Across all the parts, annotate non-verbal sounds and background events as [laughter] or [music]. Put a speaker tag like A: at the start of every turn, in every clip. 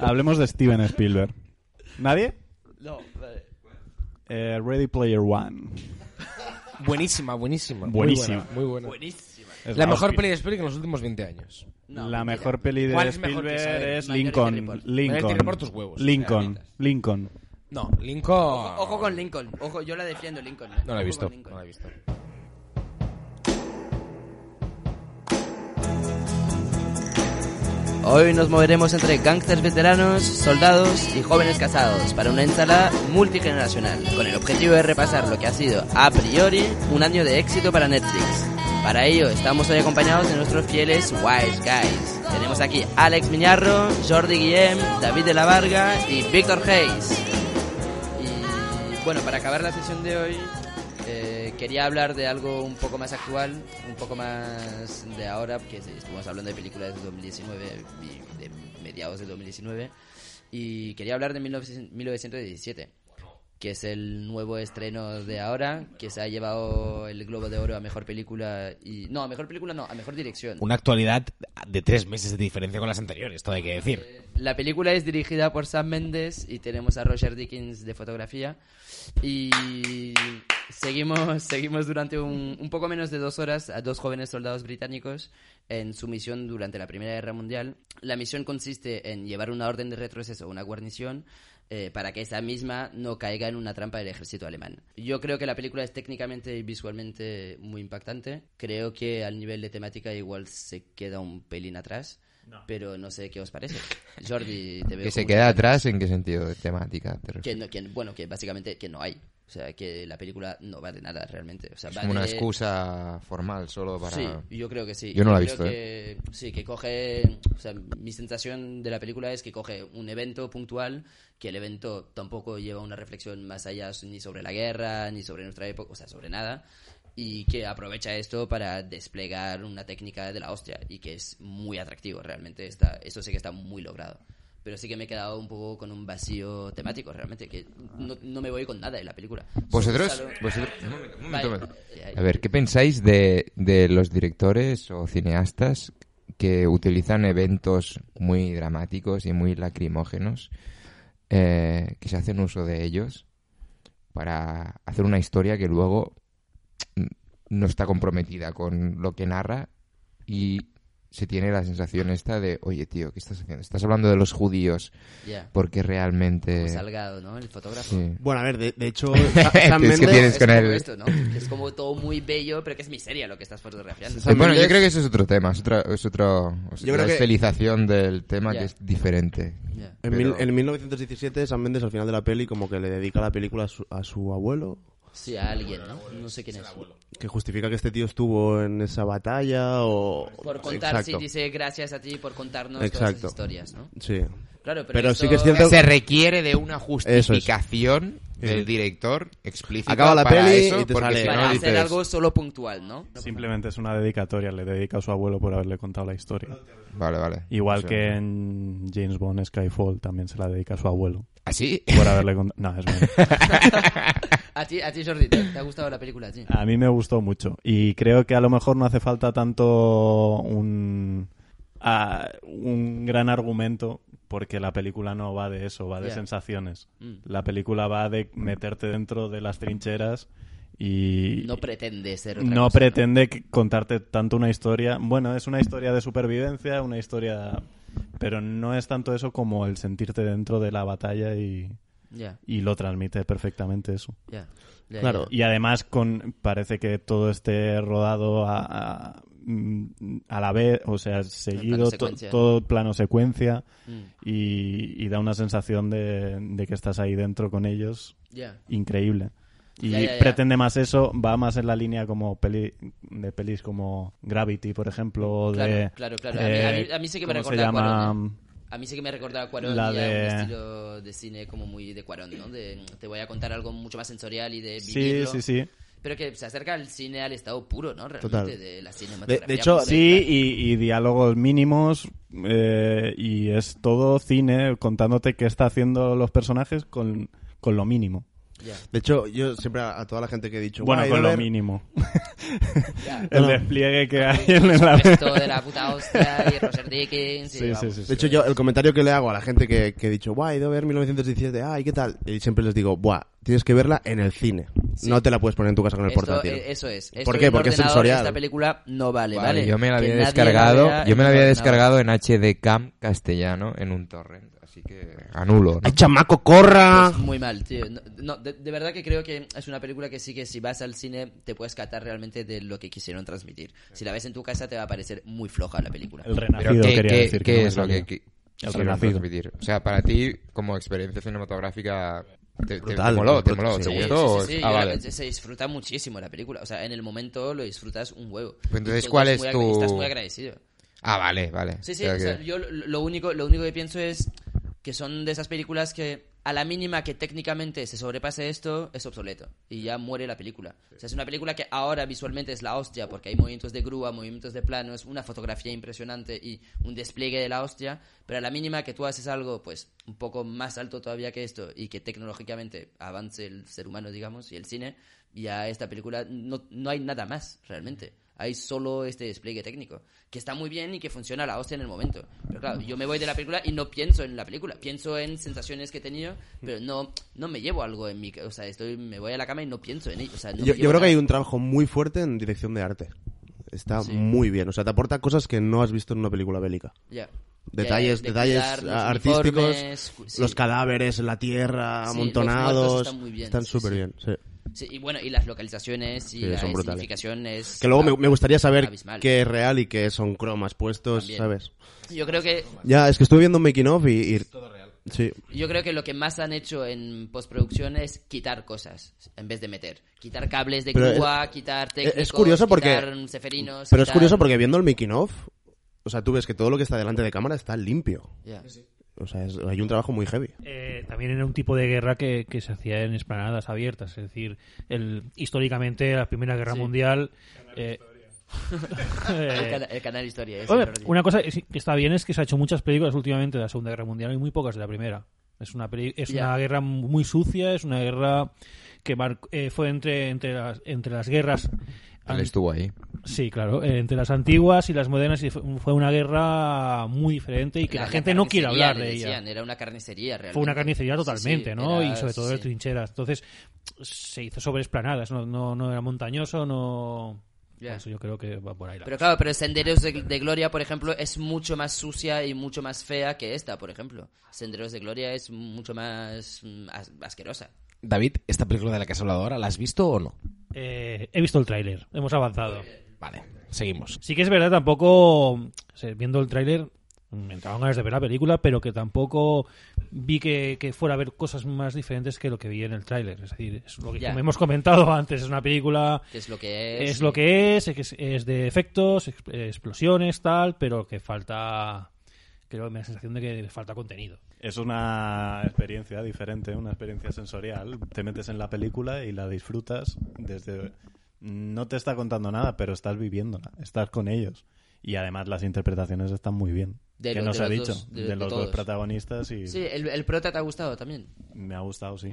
A: Hablemos de Steven Spielberg. ¿Nadie?
B: No, vale.
A: Eh, Ready Player One.
C: Buenísima, buenísima. Muy
A: Buenísima.
C: buena, Muy buena.
B: Buenísima.
A: Es
C: La
A: la
C: mejor
A: hostia.
C: peli de Spielberg en los últimos 20 años.
B: No,
A: la
B: mira.
A: mejor peli de
C: ¿Cuál es mejor que esa
A: Spielberg
C: de
A: es
B: Minority
A: Lincoln.
B: Report?
A: Lincoln.
C: Minority Report tus huevos,
A: Lincoln.
C: me la
A: Lincoln.
C: No, Lincoln.
B: Ojo, ojo con Lincoln. Ojo, yo la defiendo Lincoln. ¿eh?
C: No la he
B: Ojo
C: visto.
B: con Lincoln.
C: No la he visto.
B: Hoy nos moveremos entre gángsters veteranos, soldados y jóvenes casados para una ensalada multigeneracional, con el objetivo de repasar lo que ha sido, a priori, un año de éxito para Netflix. Para ello, estamos hoy acompañados de nuestros fieles Wise Guys. Tenemos aquí Alex Miñarro, Jordi Guillem, David de la Varga y Víctor Hayes. Y bueno, para acabar la sesión de hoy, eh, quería hablar de algo un poco más actual, un poco más de ahora, porque sí, estuvimos hablando de películas de 2019 y de mediados de 2019. Y quería hablar de 19- 1917, que es el nuevo estreno de ahora, que se ha llevado el Globo de Oro a mejor película y. No, a mejor película no, a mejor dirección.
C: Una actualidad de tres meses de diferencia con las anteriores, todo hay que decir.
B: La película es dirigida por Sam Mendes y tenemos a Roger Dickens de fotografía. Y seguimos, seguimos durante un, un poco menos de dos horas a dos jóvenes soldados británicos en su misión durante la Primera Guerra Mundial. La misión consiste en llevar una orden de retroceso a una guarnición eh, para que esa misma no caiga en una trampa del ejército alemán. Yo creo que la película es técnicamente y visualmente muy impactante. Creo que al nivel de temática igual se queda un pelín atrás. Pero no sé qué os parece. Jordi, te veo.
D: Que se
B: como-
D: queda atrás, ¿en qué sentido? De temática. te refieres?
B: Que no- que- bueno, que básicamente que no hay. O sea, que la película no va de nada realmente. O sea,
D: Es
B: va
D: como una
B: de-
D: excusa formal solo para...
B: Sí, yo creo que sí.
D: Yo no la he
B: creo
D: visto, ¿eh?
B: que- Sí, que coge. O sea, mi sensación de la película es que coge un evento puntual, que el evento tampoco lleva una reflexión más allá ni sobre la guerra, ni sobre nuestra época, o sea, sobre nada. Y que aprovecha esto para desplegar una técnica de la hostia y que es muy atractivo, realmente. Está, eso sí que está muy logrado. Pero sí que me he quedado un poco con un vacío temático, realmente, que no, no me voy con nada de la película.
D: ¿Vosotros?
B: Solo-
D: vosotros- un momento, un momento, un momento.
B: Vale.
D: A ver, ¿qué pensáis de, de los directores o cineastas que utilizan eventos muy dramáticos y muy lacrimógenos, eh, que se hacen uso de ellos para hacer una historia que luego mm, no está comprometida con lo que narra y se tiene la sensación esta de, oye tío, ¿qué estás haciendo? Estás hablando de los judíos
B: Ya.
D: porque realmente...
B: Como Salgado, ¿no? El fotógrafo.
D: Eh, Sí.
E: Bueno, a ver, de, de
D: [laughs]
E: hecho, Sa- Sam
D: Es que tienes-
E: Mendes-
B: Es
D: con
B: como
D: el-
B: esto, ¿no? Que es como todo muy bello, pero que es miseria lo que estás fotografiando.
E: Sam
D: bueno, yo
E: Mendes-
D: creo que eso es otro tema, es otra, es otra es otra
E: Yo creo que-
D: estilización del tema
B: Ya.
D: que es diferente.
B: Ya.
E: En, mil-
D: pero-
E: en 1917, Sam Mendes al final de la peli como que le dedica la película a su, a su abuelo,
B: Sí, a alguien, ¿no? No sé quién es.
E: que justifica que este tío estuvo en esa batalla o...
B: Por contar, sí,
E: Exacto.
B: dice gracias a ti por contarnos todas
E: Exacto.
B: esas historias, ¿no?
E: Sí.
B: Claro, pero,
E: Pero
B: esto-
E: sí que es cierto-
D: Se requiere de una
E: es.
D: justificación del
E: Sí.
D: director explícita
E: Acaba la
D: para
E: peli
D: eso,
E: y te
D: porque
E: sale-
D: si no
B: Para hacer
D: dices-
B: algo solo puntual, ¿no?
A: Simplemente es una dedicatoria. Le dedica a su abuelo por haberle contado la historia.
D: Vale, vale.
A: Igual
D: O sea,
A: que en James Bond Skyfall también se la dedica a su abuelo
D: [laughs] ¿Así?
A: por haberle contado. No, es verdad.
B: A ti, a ti Jordi, ¿te, te ha gustado la película? Sí.
A: A mí me gustó mucho. Y creo que a lo mejor no hace falta tanto un, a- un gran argumento porque la película no va de eso, va de
B: Ya.
A: sensaciones.
B: Mm.
A: La película va de meterte dentro de las trincheras y
B: No pretende ser otra
A: no
B: cosa,
A: pretende que- contarte tanto una historia. Bueno, es una historia de supervivencia, una historia... Pero no es tanto eso como el sentirte dentro de la batalla y,
B: Ya,
A: y lo transmite perfectamente eso.
B: ya. ya,
E: Claro.
A: Y además con parece que todo esté rodado a, a, mm, a la vez, o sea, seguido, to-
B: secuencia.
A: todo plano secuencia
B: ya. Mm,
A: y, y da una sensación de, de que estás ahí dentro con ellos
B: ya.
A: increíble. Y
B: Ya, ya, ya.
A: pretende más eso, va más en la línea como peli, de pelis como Gravity, por ejemplo, o de...
B: Claro, claro, claro. A ¿eh? mí- a mí- a mí sí que me
A: ¿cómo se
B: recuerda a
A: llama?
B: A mí sí que me recordaba a Cuarón
A: La
B: y a un
A: de-
B: estilo de cine como muy de Cuarón, ¿no? De, te voy a contar algo mucho más sensorial y de
A: Sí,
B: vivirlo.
A: sí, sí.
B: Pero que se acerca al cine al estado puro, ¿no? Realmente
E: Total.
B: de la cinematografía. pues,
E: De- de hecho,
B: pura
A: Eh,
B: y
A: Sí,
B: dura.
A: y, y diálogos mínimos eh, y es todo cine contándote qué está haciendo los personajes con, con lo mínimo. [laughs]
B: Ya,
E: De hecho, yo siempre a, a toda la gente que he dicho...
A: Bueno,
E: "Guau,
A: con
E: he ido a
A: lo
E: ver-".
A: mínimo. [laughs]
B: ya.
A: El
E: No, no.
A: despliegue que hay en [laughs] la...
B: Esto de la puta hostia y Roger Dickens. y
A: Sí, sí,
B: vamos.
A: sí,
E: De
A: sí.
E: hecho, yo el comentario que le hago a la gente que, que he dicho, guau, he ido a ver 1917, ay, ¿qué tal? Y siempre les digo, buah, tienes que verla en el cine.
B: Sí.
E: No te la puedes poner en tu casa con el
B: Esto,
E: portátil.
B: eh, eso es. Esto
E: ¿Por
B: en
E: qué?
B: un
E: Porque es
B: ordenador,
E: sensorial.
B: Esta película no vale,
D: Vale,
B: ¿vale?
D: Yo me la
B: Que
D: había
B: nadie
D: descargado,
B: vea
D: yo me
B: en
D: la había
B: un ordenador.
D: descargado en HD Cam castellano en un torrent, así que anulo. ¿no?
E: ¡Ay, chamaco, corra!
C: Ah.
B: Pues muy mal, tío. No, no, de, de verdad que creo que es una película que sí que si vas al cine te puedes catar realmente de lo que quisieron transmitir. Si la ves en tu casa te va a parecer muy floja la película.
A: El
D: Pero
A: renacido,
D: ¿qué,
A: quería
D: qué-
A: decir.
D: qué
A: que no me
D: es lo
A: salía.
D: que qui-
A: El
D: quisieron
A: renacido.
D: transmitir? O sea, para ti, como experiencia cinematográfica, te, te- te
E: Brutal,
D: moló, te
E: brutal,
D: moló,
E: sí.
D: ¿te
B: Sí,
D: gustó?
B: sí, sí, sí.
D: Ah,
B: Yo la-
D: vale.
B: se disfruta muchísimo la película. O sea, en el momento lo disfrutas un huevo.
D: Pues entonces,
B: Y todo
D: ¿cuál es
B: muy agra-
D: tu-
B: Estás muy agradecido.
D: Ah, vale, vale.
B: Sí, sí,
D: O sea
B: o
D: que-
B: sea, yo lo, lo único, lo único que pienso es que son de esas películas que a la mínima que técnicamente se sobrepase esto es obsoleto y ya muere la película. O sea, es una película que ahora visualmente es la hostia porque hay movimientos de grúa, movimientos de planos, una fotografía impresionante y un despliegue de la hostia, pero a la mínima que tú haces algo pues un poco más alto todavía que esto y que tecnológicamente avance el ser humano, digamos, y el cine, ya esta película no, no hay nada más realmente. Hay solo este despliegue técnico, que está muy bien y que funciona a la hostia en el momento. Pero claro, yo me voy de la película y no pienso en la película, pienso en sensaciones que he tenido, pero no, no me llevo algo en mi... ca- O sea, estoy, me voy a la cama y no pienso en ello. O sea, no me
E: yo, yo
B: llevo
E: creo
B: nada.
E: que hay un trabajo muy fuerte en dirección de arte. Está muy bien. O sea, te aporta cosas que no has visto en una película bélica.
B: Ya. Ya,
E: Detalles,
B: de
E: detalles
B: cuidar los
E: artísticos,
B: uniformes, cu- sí.
E: los cadáveres en la tierra,
B: Sí, los
E: amontonados.
B: muertos están muy bien,
E: Están
B: sí,
E: súper
B: sí.
E: bien. sí.
B: Sí, y bueno, y las localizaciones y
E: Sí,
B: la
E: son brutales.
B: significación es...
E: Que luego me, me gustaría saber
B: Abismal.
E: qué es real y qué son cromas puestos,
B: También.
E: ¿sabes?
B: Yo creo que
E: Ya, es que estuve viendo un making of y... y- Sí.
B: Yo creo que lo que más han hecho en postproducción es quitar cosas en vez de meter. Quitar cables de
E: Pero
B: grúa, quitar
E: es
B: técnicos,
E: curioso porque-
B: quitar ceferinos.
E: Pero es
B: quitar-
E: curioso porque viendo el making of, o sea, tú ves que todo lo que está delante de cámara está limpio.
B: Ya.
E: O sea, es- hay un trabajo muy heavy.
F: Eh, también era un tipo de guerra que, que se hacía en esplanadas abiertas, es decir, el, históricamente la Primera Guerra
B: Sí.
F: Mundial... eh,
B: El,
F: [laughs] eh,
B: cana- el canal Historia. ese,
F: Hombre,
B: Jordi.
F: una cosa que sí- que está bien es que se ha hecho muchas películas últimamente de la Segunda Guerra Mundial y muy pocas de la Primera. Es una peli- es
B: Ya.
F: una guerra muy sucia, es una guerra que mar- eh, fue entre, entre, las, entre las guerras...
D: Él
B: Um,
F: an-
D: estuvo ahí.
F: Sí, claro, eh, entre las antiguas y las modernas y fue, fue una guerra muy diferente y que la, gente no quiere
B: carnicería,
F: hablar
B: le
F: de ella.
B: decían, Era una carnicería realmente.
F: Fue una carnicería
B: Sí, sí,
F: totalmente, ¿no?
B: era-
F: y sobre todo de
B: sí.
F: trincheras. Entonces se hizo sobre esplanadas, no, no, no era montañoso, no...
B: Ya.
F: Por Eso yo creo que va por ahí la
B: Pero claro, pero Senderos de, de Gloria, por ejemplo, es mucho más sucia y mucho más fea que esta, por ejemplo. Senderos de Gloria es mucho más mm, as- asquerosa.
C: Pues, David, ¿esta película de la que has hablado ahora la has visto o no?
F: Eh, he visto el tráiler, hemos avanzado.
C: Vale, seguimos.
F: Sí que es verdad, tampoco, o sea, viendo el tráiler, me entraban ganas de ver la película, pero que tampoco vi que, que fuera a ver cosas más diferentes que lo que vi en el tráiler. Es decir, es lo que
B: Ya.
F: como hemos comentado antes, es una película,
B: Que es lo que es.
F: es lo que es, es, es de efectos, ex- explosiones, tal, pero que falta, creo que me da la sensación de que falta contenido.
A: Es una experiencia diferente, una experiencia sensorial. Te metes en la película y la disfrutas desde... No te está contando nada, pero estás viviéndola, estás con ellos. Y además las interpretaciones están muy bien.
B: De
A: que
B: lo-
A: nos
B: de
A: ha
B: los
A: dicho,
B: dos- de-
A: de,
B: de
A: los
B: todos.
A: dos protagonistas y
B: Sí, el, el prota te ha gustado también.
A: me ha gustado, sí.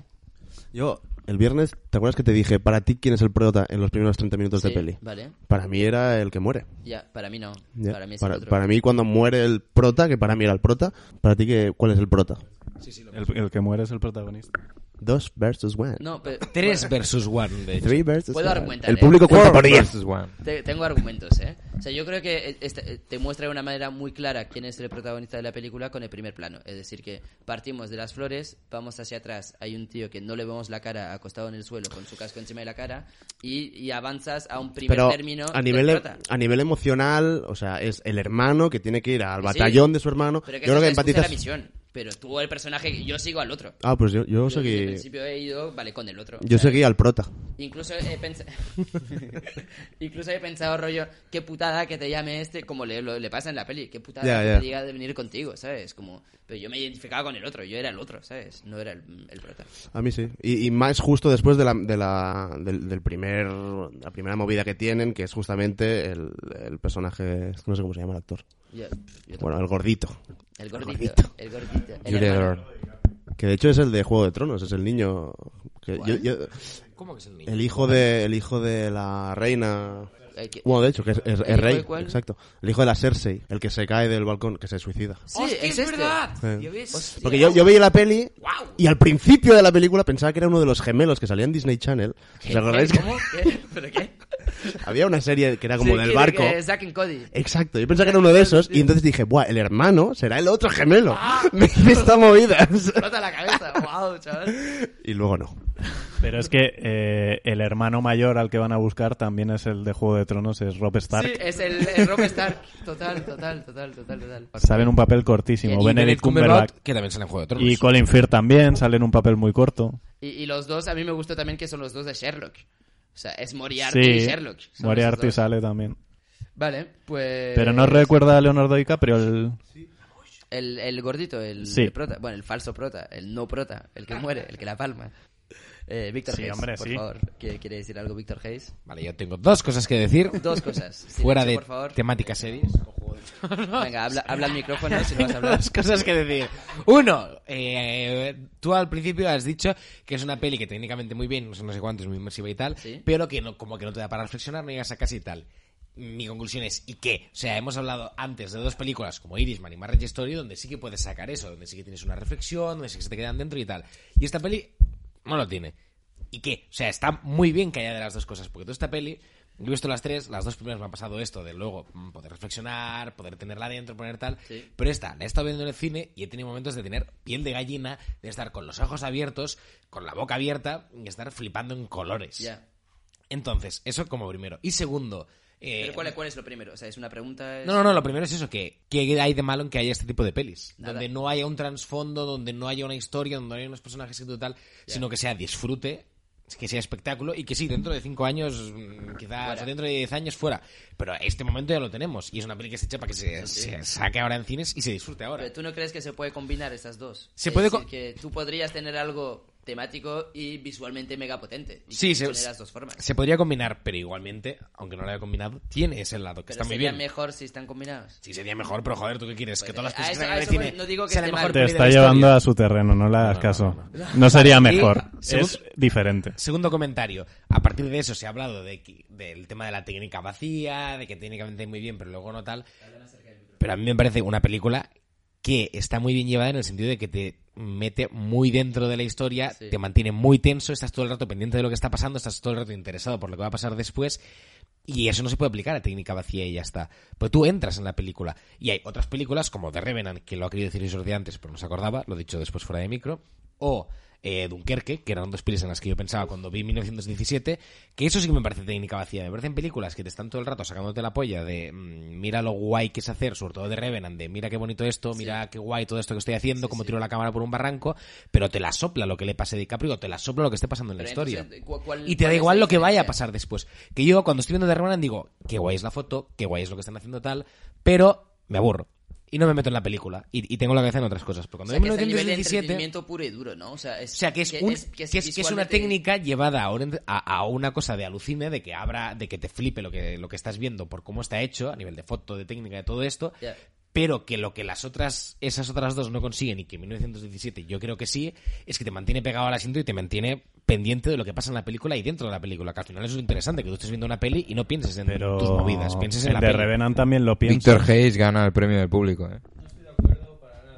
E: Yo, el viernes, ¿te acuerdas que te dije, para ti, quién es el prota en los primeros 30 minutos de
B: Sí,
E: peli?
B: Vale.
E: Para mí era el que muere.
B: Ya, para mí no.
E: Ya.
B: Para mí es el
E: para,
B: otro.
E: para mí, cuando muere el prota, que para mí era el prota, para ti, ¿qué- ¿cuál es el prota?
A: El, el que muere es el protagonista.
E: Dos versus one.
B: No, pero
C: Tres versus one, de hecho.
E: Three versus
B: Puedo
E: one.
B: argumentar,
E: El
B: ¿eh?
E: público cuenta por diez.
D: versus one.
B: te- tengo argumentos, ¿eh? O sea, yo creo que eh, esta- eh, te muestra de una manera muy clara quién es el protagonista de la película con el primer plano. Es decir, que partimos de las flores, vamos hacia atrás, hay un tío que no le vemos la cara acostado en el suelo con su casco encima de la cara y, y avanzas a un primer
E: Pero
B: término
E: a
B: del
E: nivel, e
B: prota.
E: a nivel emocional, o sea, es el hermano que tiene que ir al
B: Sí.
E: batallón de su hermano.
B: Pero que
E: Yo creo
B: esa
E: que
B: es la excusa de
E: empatizas.
B: la misión. Pero tú el personaje, yo sigo al otro.
E: Ah, pues yo, yo
B: Yo desde el
E: seguí.
B: principio he ido, vale, con el otro.
E: Yo
B: O sea,
E: seguí al prota.
B: Incluso he pensado... [laughs] Incluso he pensado, rollo, qué putada que te llame este, como le, lo- le pasa en la peli, qué putada
E: Ya,
B: que
E: ya.
B: te diga de venir contigo, ¿sabes? Como... Pero yo me identificaba con el otro, yo era el otro, ¿sabes? No era el, el prota.
E: A mí sí. Y, y más justo después de la, de la, del, del primer, la primera movida que tienen, que es justamente el, el personaje, es que no sé cómo se llama el actor.
B: Yo- yo-
E: Bueno, el gordito.
B: el gordito, el gordito. el
D: Julia
B: hermano.
D: Lord.
E: Que de hecho es el de Juego de Tronos, es el niño... Que yo-
C: ¿Cuál?
E: yo-
C: ¿Cómo que es el niño?
E: el, hijo de, el hijo de la reina...
B: Eh, que-
E: Bueno, de hecho, que es, es- es
B: ¿El hijo
E: rey.
B: de cuál?
E: Exacto. El hijo de la Cersei, el que se cae del balcón, que se suicida.
B: Sí, es, este.
E: Sí.
C: ¿Ya ves?
B: Hostia.
E: Porque yo, yo veía la peli
C: Guau.
E: y al principio de la película pensaba que era uno de los gemelos que salía en Disney Channel. ¿Os acordáis?
B: ¿Cómo? ¿Qué? ¿Pero qué?
E: Había una serie que era como
B: Sí,
E: del
B: que-
E: barco.
B: que Zack and Cody.
E: Exacto, yo pensaba que era uno de esos y entonces dije, buah, el hermano será el otro gemelo.
B: Ah.
E: [laughs] Me hice esta movida.
B: Explota la cabeza. Wow, chaval.
E: y luego no.
A: Pero es que eh, el hermano mayor al que van a buscar también es el de Juego de Tronos, es Rob Stark.
B: Sí, es el, el Rob Stark. Total, total, total, total, total.
A: Sale en un papel cortísimo.
C: Y Benedict
A: Benedict
C: Cumberbatch,
A: Cumberbatch
C: que también sale en Juego de Tronos.
A: y Colin Firth también sale en un papel muy corto.
B: Y, y los dos, a mí me gustó también que son los dos de Sherlock. O sea, es Moriarty y
A: Sí,
B: Sherlock. Son esos
A: Moriarty
B: dos.
A: sale también.
B: Vale, pues...
A: Pero
C: Eh,
A: no recuerda a Leonardo DiCaprio el...
B: El, el gordito, el,
A: Sí.
B: el prota. Bueno, el falso prota, el no prota, el que muere, el que la palma. Eh, Víctor
A: Sí,
B: Hayes,
A: hombre,
B: por
A: sí.
B: favor. ¿Qué quiere decir algo Víctor Hayes?
C: Vale, yo tengo dos cosas que decir.
B: Dos
C: [laughs]
B: cosas. Silencio,
C: Fuera de
B: por favor.
C: temática series.
B: Venga, habla, habla al micrófono si no vas a
C: [laughs]
B: hablar.
C: Dos cosas que decir. Uno, eh, tú al principio has dicho que es una peli que técnicamente muy bien, no sé, no sé cuánto, es muy inmersiva y tal,
B: Sí.
C: pero que no, como que no te da para reflexionar, no llegas a casi tal. Mi conclusión es, ¿y qué? O sea, hemos hablado antes de dos películas como Irishman y Marriage Story, donde sí que puedes sacar eso, donde sí que tienes una reflexión, donde sí que se te quedan dentro y tal. Y esta peli no lo tiene. ¿Y qué? O sea, está muy bien que haya de las dos cosas, porque toda esta peli, yo he visto las tres, las dos primeras me ha pasado esto, de luego mm, poder reflexionar, poder tenerla dentro, poner tal,
B: Sí.
C: pero esta la he estado viendo en el cine y he tenido momentos de tener piel de gallina, de estar con los ojos abiertos, con la boca abierta y estar flipando en colores.
B: Ya.
C: Entonces, eso como primero. Y segundo... eh,
B: ¿Pero cuál, cuál es lo primero? O sea, es una pregunta... es-
C: no, no, no, lo primero es eso, que, que hay de malo en que haya este tipo de pelis.
B: Nada.
C: Donde no haya un trasfondo, donde no haya una historia, donde no haya unos personajes y tal, sino que sea disfrute, que sea espectáculo y que sí, dentro de cinco años, mm, quizás
B: Fuera.
C: o dentro de diez años fuera. Pero este momento ya lo tenemos y es una peli que se echa para que se,
B: Sí.
C: se saque ahora en cines y se disfrute ahora.
B: Pero tú no crees que se puede combinar estas dos.
C: Se
B: Es
C: puede
B: decir,
C: co-
B: que tú podrías tener algo temático y visualmente mega potente. Y
C: Sí, se,
B: poner las dos formas.
C: se podría combinar, pero igualmente, aunque no lo haya combinado, tiene ese lado que
B: Pero
C: está muy
B: sería
C: bien.
B: mejor si están combinados.
C: Sí, sería mejor, pero joder, ¿tú qué quieres?
B: Pues,
C: que todas las
B: a
C: pelis
B: eso-
C: que
B: a
C: salgan en
B: eso
C: el
B: voy,
C: cine
B: no digo que
C: sea la
B: esté
C: mejor
A: Te
B: mal.
C: peli de
A: está
C: la
A: llevando
C: historia?
A: a su terreno, no le hagas
C: No,
A: caso.
C: no,
A: No, sería mejor,
C: Y-
A: es diferente.
C: Segundo comentario. A partir de eso se ha hablado de, que- del tema de la técnica vacía, de que técnicamente muy bien, pero luego no tal. Pero a mí me parece una película que está muy bien llevada en el sentido de que te mete muy dentro de la historia,
B: Sí.
C: te mantiene muy tenso, estás todo el rato pendiente de lo que está pasando, estás todo el rato interesado por lo que va a pasar después. Y eso no se puede aplicar a técnica vacía y ya está. Pero tú entras en la película. Y hay otras películas como The Revenant, que lo ha querido decir Jordi antes, pero no se acordaba, lo he dicho después fuera de micro. O eh, Dunkerque, que eran dos pelis en las que yo pensaba cuando vi 1917, que eso sí que me parece técnica vacía. Me parecen películas que te están todo el rato sacándote la polla de mm, mira lo guay que es hacer, sobre todo de Revenant, de mira qué bonito esto, mira qué guay todo esto que estoy haciendo, cómo tiro la cámara por un barranco, pero te la sopla lo que le pase a DiCaprio, te la sopla lo que esté pasando en la
B: Pero
C: historia.
B: entonces, ¿cu- cuál-
C: Y te
B: cuál
C: da
B: es
C: igual
B: la
C: lo que vaya a
B: diferencia?
C: pasar después. Que yo cuando estoy viendo The Revenant digo, qué guay es la foto, qué guay es lo que están haciendo tal, pero me aburro. Y no me meto en la película. Y, y tengo la cabeza en otras cosas. Pero
B: O
C: cuando
B: sea,
C: veo
B: que es a nivel de
C: 1917...
B: entretenimiento puro y duro, ¿no? O sea, es,
C: O sea, que es, un- que es, que es una
B: visualmente-
C: técnica llevada a, un- a- a una cosa de alucine, de que abra, de que te flipe lo que, lo que estás viendo por cómo está hecho, a nivel de foto, de técnica, de todo esto,
B: Ya.
C: pero que lo que las otras, esas otras dos no consiguen y que 1917 yo creo que sí, es que te mantiene pegado al asiento y te mantiene pendiente de lo que pasa en la película y dentro de la película, que al final eso es lo interesante, que tú estés viendo una peli y no pienses en
A: Pero
C: tus movidas, pienses en
A: el
C: la
A: de
C: peli.
A: Revenant también lo pienso.
D: Víctor Hayes gana el premio del público, ¿eh?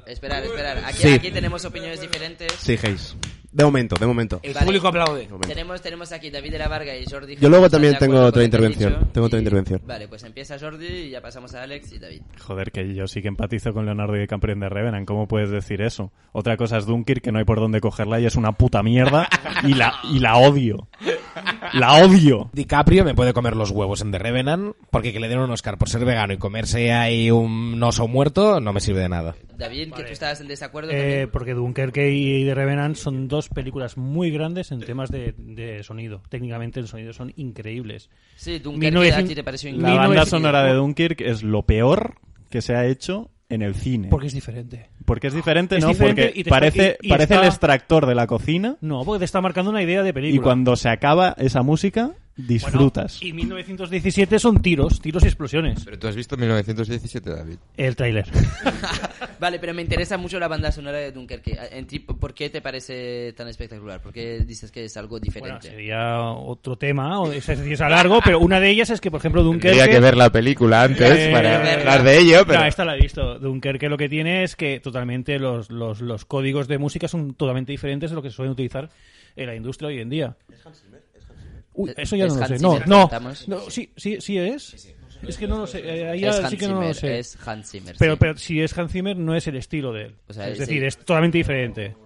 B: Esperar, esperar. Aquí,
E: Sí.
B: aquí tenemos opiniones diferentes.
E: Sí, Hayes. De momento, de momento.
C: El
B: Vale.
C: público aplaude.
E: De momento.
B: Tenemos, tenemos aquí David de la Varga y Jordi.
E: Yo luego
B: Están
E: también
B: de
E: tengo
B: acuerdo
E: otra
B: con lo que has
E: intervención.
B: dicho.
E: Tengo otra
B: Y-
E: intervención.
B: Vale, pues empieza Jordi y ya pasamos a Alex y David.
A: Joder, que yo sí que empatizo con Leonardo DiCaprio en The Revenant. ¿Cómo puedes decir eso? Otra cosa es Dunkirk, que no hay por dónde cogerla y es una puta mierda y la, y la odio. La odio.
C: DiCaprio me puede comer los huevos en The Revenant, porque que le den un Oscar por ser vegano y comerse ahí un oso muerto no me sirve de nada.
B: David, que tú estabas en desacuerdo
F: Eh, porque Dunkerque y The Revenant son dos películas muy grandes en temas de, de sonido. Técnicamente los sonidos son increíbles.
B: también. Sí, Dunkerque a
F: 1900
B: ti te pareció
A: La
B: increíble. [laughs]
A: banda sonora de Dunkirk es lo peor que se ha hecho en el cine.
F: Porque es diferente.
A: Porque es diferente,
F: Es
A: ¿no?
F: diferente
A: Porque
F: y te está-
A: parece,
F: y- y
A: parece
F: está-
A: el extractor de la cocina
F: No, porque te está marcando una idea de película.
A: y cuando se acaba esa música,
F: Bueno,
A: disfrutas.
F: y 1917 son tiros, tiros y explosiones.
D: Pero tú has visto 1917, David.
F: El tráiler.
B: Vale, pero me interesa mucho la banda sonora de Dunkerque. A- En ti, ¿Por qué te parece tan espectacular? ¿Por qué dices que es algo
F: Bueno,
B: diferente?
F: sería otro tema, o es, es a largo, pero una de ellas es que, por ejemplo, Dunkerque...
D: Tendría que ver la película antes
F: Eh,
D: para
B: verla.
D: hablar de ello, pero...
F: No, esta la he visto. Dunkerque lo que tiene es que totalmente los, los, los códigos de música son totalmente diferentes de lo que se suelen utilizar en la industria hoy en día. ¿Es Uy, eso ya
B: Eh, Es
F: no lo
B: Hans
F: sé. No,
B: Zimmer,
F: no,
B: estamos.
F: no, Sí, sí, sí es. Es que no lo sé. eh, ahí
B: es
F: ya
B: Hans
F: sí que no lo
B: Zimmer,
F: sé.
B: es Hans Zimmer.
F: Pero,
B: sí.
F: pero si es Hans Zimmer, no es el estilo de él.
B: O sea,
F: es
B: sí.
F: decir, es totalmente diferente.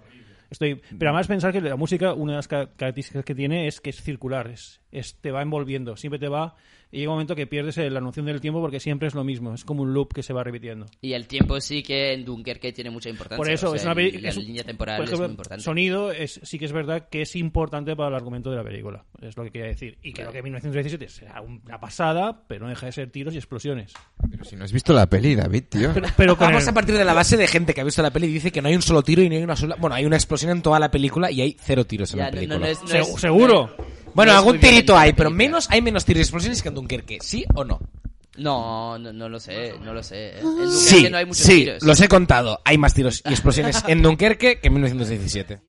F: Estoy, pero además pensar que la música, una de las ca- características que tiene es que es circular, es, es- te va envolviendo, siempre te va... Y llega un momento que pierdes eh, la noción del tiempo porque siempre es lo mismo, es como un loop que se va repitiendo.
B: Y el tiempo sí que en Dunkerque tiene mucha importancia.
F: Por
B: o
F: eso
B: sea,
F: es una
B: y
F: peli-
B: La
F: es un-
B: línea temporal
F: por ejemplo,
B: es muy importante.
F: Sonido es, sí que es verdad que es importante para el argumento de la película. Es lo que quería decir. Y creo que 1917 será una pasada, pero no deja de ser tiros
B: [laughs]
F: y explosiones.
D: Pero si no has visto la peli, David, tío.
F: Pero, pero con
C: Vamos
F: el-
C: a partir de la base de gente que ha visto la peli y dice que no hay un solo tiro y no hay una sola... Bueno, hay una explosión en toda la película y hay cero tiros en
B: Ya,
C: la
B: no- no-
C: película.
B: no es- no
F: Se-
B: es-
F: seguro.
C: Bueno,
B: no es
C: algún
B: muy violenta
C: tirito
B: la
C: hay, pero
B: película.
C: menos hay menos tiros y explosiones que en Dunkerque, ¿sí o no?
B: No, no, no lo sé, no lo sé. En Dunkerque
C: Sí,
B: no hay muchos
C: sí,
B: tiros.
C: los he contado. Hay más tiros y explosiones en Dunkerque que en 1917.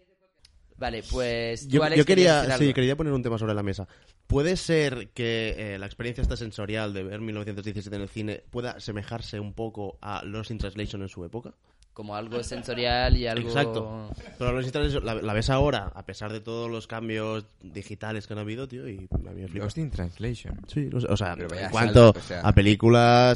B: Vale, pues. tú,
E: Yo,
B: Alex,
E: yo
B: querías
E: quería,
B: decir
E: sí,
B: algo.
E: quería poner un tema sobre la mesa. ¿Puede ser que eh, la experiencia esta sensorial de ver 1917 en el cine pueda asemejarse un poco a Lost in Translation en su época?
B: Como algo sensorial y algo.
E: Exacto. Pero Lost in Translation la, la ves ahora, a pesar de todos los cambios digitales que han habido, tío, y a mí me flipa.
D: Lost in Translation.
E: Sí, no sé, o sea,
D: Pero
E: en
D: vaya
E: cuanto
D: salto, o sea.
E: a película,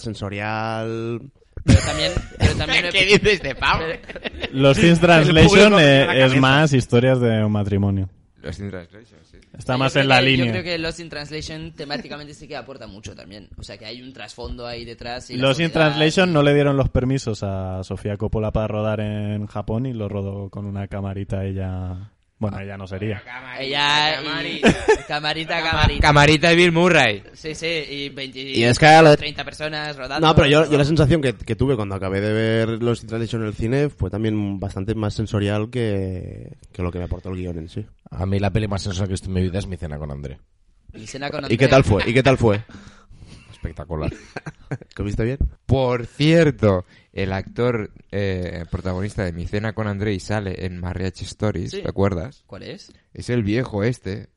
E: sensorial...
B: Pero también. Pero también
D: [laughs] ¿Qué dices de pavo?
F: [laughs]
A: Los Things
E: público
A: Translation
E: me
A: eh,
E: da la
A: es
E: cabeza.
A: más historias de un matrimonio.
D: Lost in Translation, sí.
A: Está
B: Yo
A: más
B: creo
A: en la
B: que-
A: línea.
B: Yo creo que Lost in Translation temáticamente sí que aporta mucho también. O sea, que hay un trasfondo ahí detrás. Y la
A: Los in
B: soledad
A: Translation
B: y-
A: no le dieron los permisos a Sofía Coppola para rodar en Japón y lo rodó con una camarita ella...
B: Ah,
A: Bueno, ella no sería.
B: Ella y- Camarita, camarita.
D: Camarita de Bill Murray.
B: Sí, sí, y 20
E: Y es que lo de-
B: 30 personas rodando.
E: No, pero yo, yo la sensación que, que tuve cuando acabé de ver Lost in Translation en el cine fue también bastante más sensorial que, que lo que me aportó el guión en sí.
C: A mí la peli más sensual que he visto en mi vida es mi cena con André.
B: Y cena con
E: ¿Y qué
B: Andrea.
E: tal fue? ¿Y qué tal [laughs] fue?
C: Espectacular.
E: ¿Comiste bien?
D: Por cierto, el actor eh, protagonista de Mi cena con André y sale en Marriage Stories,
B: Sí.
D: ¿te acuerdas?
B: ¿Cuál es?
D: Es el viejo este.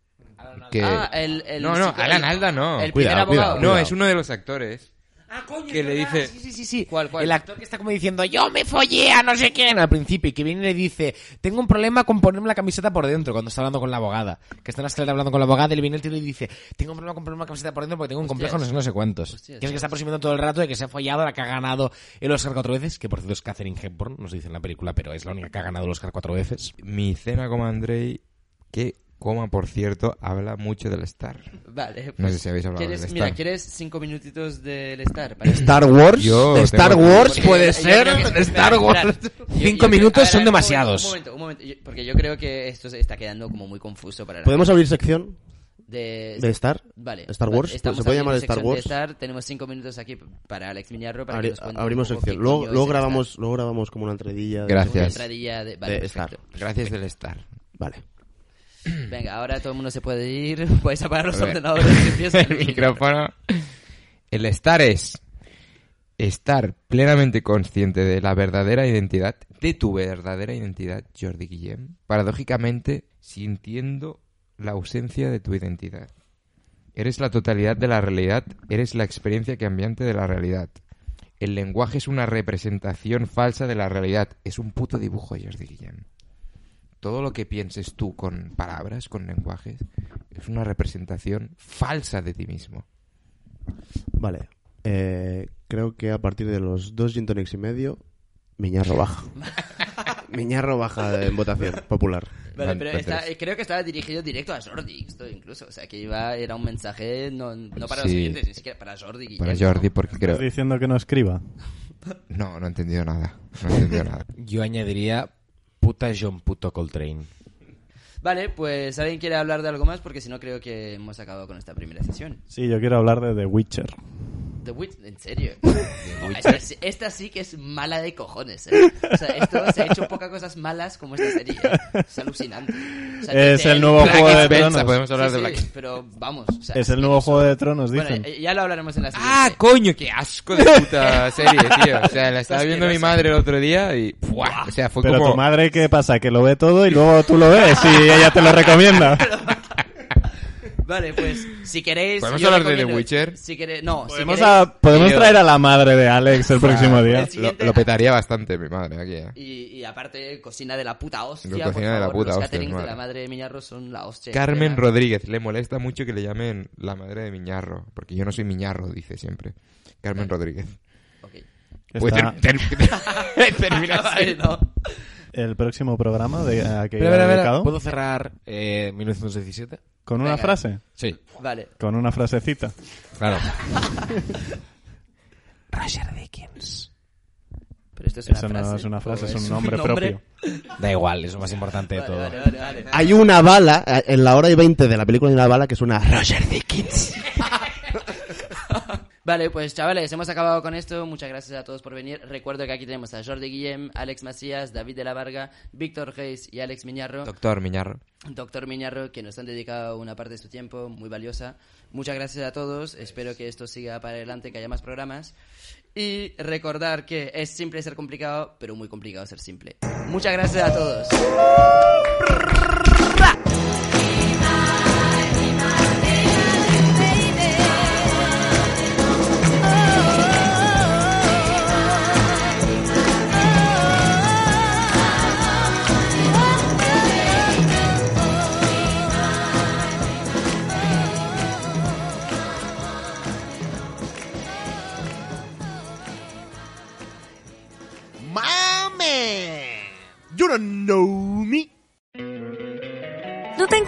D: Que...
B: Ah, el, el
D: no, no,
B: psico-
D: Alan
B: el-
D: Alda no.
B: El
E: Cuidado,
B: primer abogado.
D: no,
E: cuidado.
D: es uno de los actores.
C: Ah, coño,
D: Que
C: es
D: le
C: verdad,
D: dice-
C: Sí, sí, sí, sí.
B: ¿Cuál, cuál?
C: El actor Pues que está como diciendo, yo me follé a no sé quién al principio, y que viene y le dice, tengo un problema con ponerme la camiseta por dentro cuando está hablando con la abogada. Que está en la escalera hablando con la abogada, y le viene el tío y le dice, tengo un problema con ponerme la camiseta por dentro porque tengo un complejo no sé, no sé cuántos.
B: Hostias.
C: que es que está presumiendo todo el rato de que se ha follado, la que ha ganado el Oscar cuatro veces, que por cierto es Catherine Hepburn, nos dice en la película, pero es la única que ha ganado el Oscar cuatro veces.
D: Mi cena con André, que, coma por cierto, habla mucho del Star.
B: Vale.
D: No sé si habéis hablado
B: ¿Quieres,
D: del
B: mira,
D: Star.
B: ¿quieres cinco minutitos del Star? Para-
E: Star Wars.
D: Yo
E: Star
D: tengo-
E: Wars puede
B: Yo creo
E: ser.
B: que-
E: Star
B: espera,
E: Wars.
B: espera. Yo-
C: Cinco
B: yo creo-
C: minutos
B: a ver,
C: son
B: a ver, un
C: demasiados.
B: momento, un momento, un momento. Yo- porque yo creo que esto se está quedando como muy confuso para la
E: ¿Podemos abrir sección
B: de,
E: de Star?
B: Vale.
E: Star
B: vale,
E: Wars,
B: estamos
E: ¿se puede
B: abriendo
E: llamar Star
B: sección de
E: Wars?
B: Star. Tenemos cinco minutos aquí para Alex Miñarro para que
E: Abri-
B: nos cuente un
E: abrimos
B: poco
E: sección.
B: qué
E: Luego,
B: coño
E: luego
B: es el Star.
E: grabamos, luego grabamos como una entradilla. de-
B: Una
D: Gracias.
B: entradilla de... Vale,
E: De
B: perfecto.
E: Star.
D: Gracias del Star.
E: Vale.
B: Venga, ahora todo el mundo se puede ir. [laughs] Puedes apagar los
D: A ver.
B: ordenadores y
E: [laughs]
B: empieza.
D: [laughs] el micrófono. El estar es estar plenamente consciente de la verdadera identidad, de tu verdadera identidad, Jordi Guillem, paradójicamente sintiendo la ausencia de tu identidad. Eres la totalidad de la realidad, eres la experiencia cambiante de la realidad. El lenguaje es una representación falsa de la realidad, es un puto dibujo, Jordi Guillem. Todo lo que pienses tú con palabras, con lenguajes, es una representación falsa de ti mismo.
E: Vale.
G: [laughs]
E: Eh, creo que a partir de los dos gin tonics y medio, Miñarro baja. Miñarro baja en votación popular.
B: Vale,
D: Van-
B: pero
D: van
B: está- eh,
D: tres.
B: creo que estaba dirigido directo a Jordi, esto incluso. O sea, que iba, era un mensaje no, no para los
D: Sí.
B: siguientes, ni siquiera para Jordi.
D: Para
B: Guillermo.
D: Jordi, porque creo...
A: ¿Estás diciendo que no escriba?
D: No, no he entendido nada. No he entendido nada.
C: Yo añadiría puta John puto Coltrane.
B: Vale, pues ¿alguien quiere hablar de algo más? Porque si no, creo que hemos acabado con esta primera sesión.
A: Sí, yo quiero hablar de The Witcher.
B: The Witch,
A: [laughs]
B: en serio. Esta, sí- esta sí que es mala de cojones, ¿eh? O sea, esto se ha hecho pocas cosas malas como esta serie. ¿eh? Es alucinante. O sea,
A: Es
B: desde
A: el [laughs] nuevo
B: Black
A: juego
B: is
A: de
B: Bell-
A: Tronos.
D: Pensa, podemos hablar
B: Sí,
D: de
B: sí,
D: Black.
B: Pero vamos. o sea,
A: Es el nuevo juego de Tronos,
B: Bueno,
A: dicen.
B: eh, ya lo hablaremos en la siguiente.
D: ¡Ah, coño! ¡Qué asco de puta [laughs] serie, tío! O sea, la estaba viendo mi
B: Asquerosa.
D: madre el otro día y... ¡Buah! O sea, fue
A: Pero
D: como...
A: tu madre, ¿qué pasa? ¿Que lo ve todo y luego tú lo ves y ella
B: [laughs]
A: te lo recomienda?
B: Vale, pues si queréis.
D: ¿Podemos
B: yo
D: hablar de The
B: recomiendo-
D: Witcher?
B: Si queréis, no, si
A: Podemos,
B: queréis-
A: a- podemos
D: Tío.
A: traer a la madre de Alex el próximo
D: Lo-
A: día.
B: el siguiente-
D: Lo, petaría bastante mi madre aquí. ¿eh?
B: Y, y aparte, cocina de la puta hostia.
D: Cocina
B: por
D: de la
B: favor,
D: puta
B: los
D: hostia,
B: caterings de
D: madre.
B: la madre de Miñarro son la hostia.
D: Carmen
B: Rodríguez.
D: Rodríguez, le molesta mucho que le llamen la madre de Miñarro, porque yo no soy Miñarro, dice siempre. Carmen Rodríguez. Pues
A: Está
D: [laughs] ter- ter-
B: Ah,
D: termina así.
A: el próximo programa de, a que
C: Pero,
A: iba
C: a ver, a ver,
A: dedicado.
C: ¿puedo cerrar eh, 1917?
A: ¿Con una
B: Venga.
A: frase?
C: Sí,
B: Vale.
A: Con una frasecita.
B: [laughs]
C: claro. Roger Dickens.
B: Pero esto es una
A: Eso
B: frase.
A: no es una frase,
B: ¿O
A: es un nombre propio.
C: Da igual, es lo más importante de
B: Vale,
C: todo.
B: vale, vale, vale.
E: Hay una bala, eh, en la hora y 20 de la película hay una bala que suena Roger Dickens.
B: Vale, pues chavales, hemos acabado con esto. Muchas gracias a todos por venir. Recuerdo que aquí tenemos a Jordi Guillem, Alex Macías, David de la Varga, Víctor Hayes y Alex Miñarro.
D: Doctor Miñarro.
B: Doctor Miñarro, que nos han dedicado una parte de su tiempo muy valiosa. Muchas gracias a todos.
A: Pues.
B: Espero que esto siga para adelante, que haya más programas. Y recordar que es simple ser complicado, pero muy complicado ser simple. Muchas gracias a todos.
G: Mommy! You don't know me!
H: ¿No te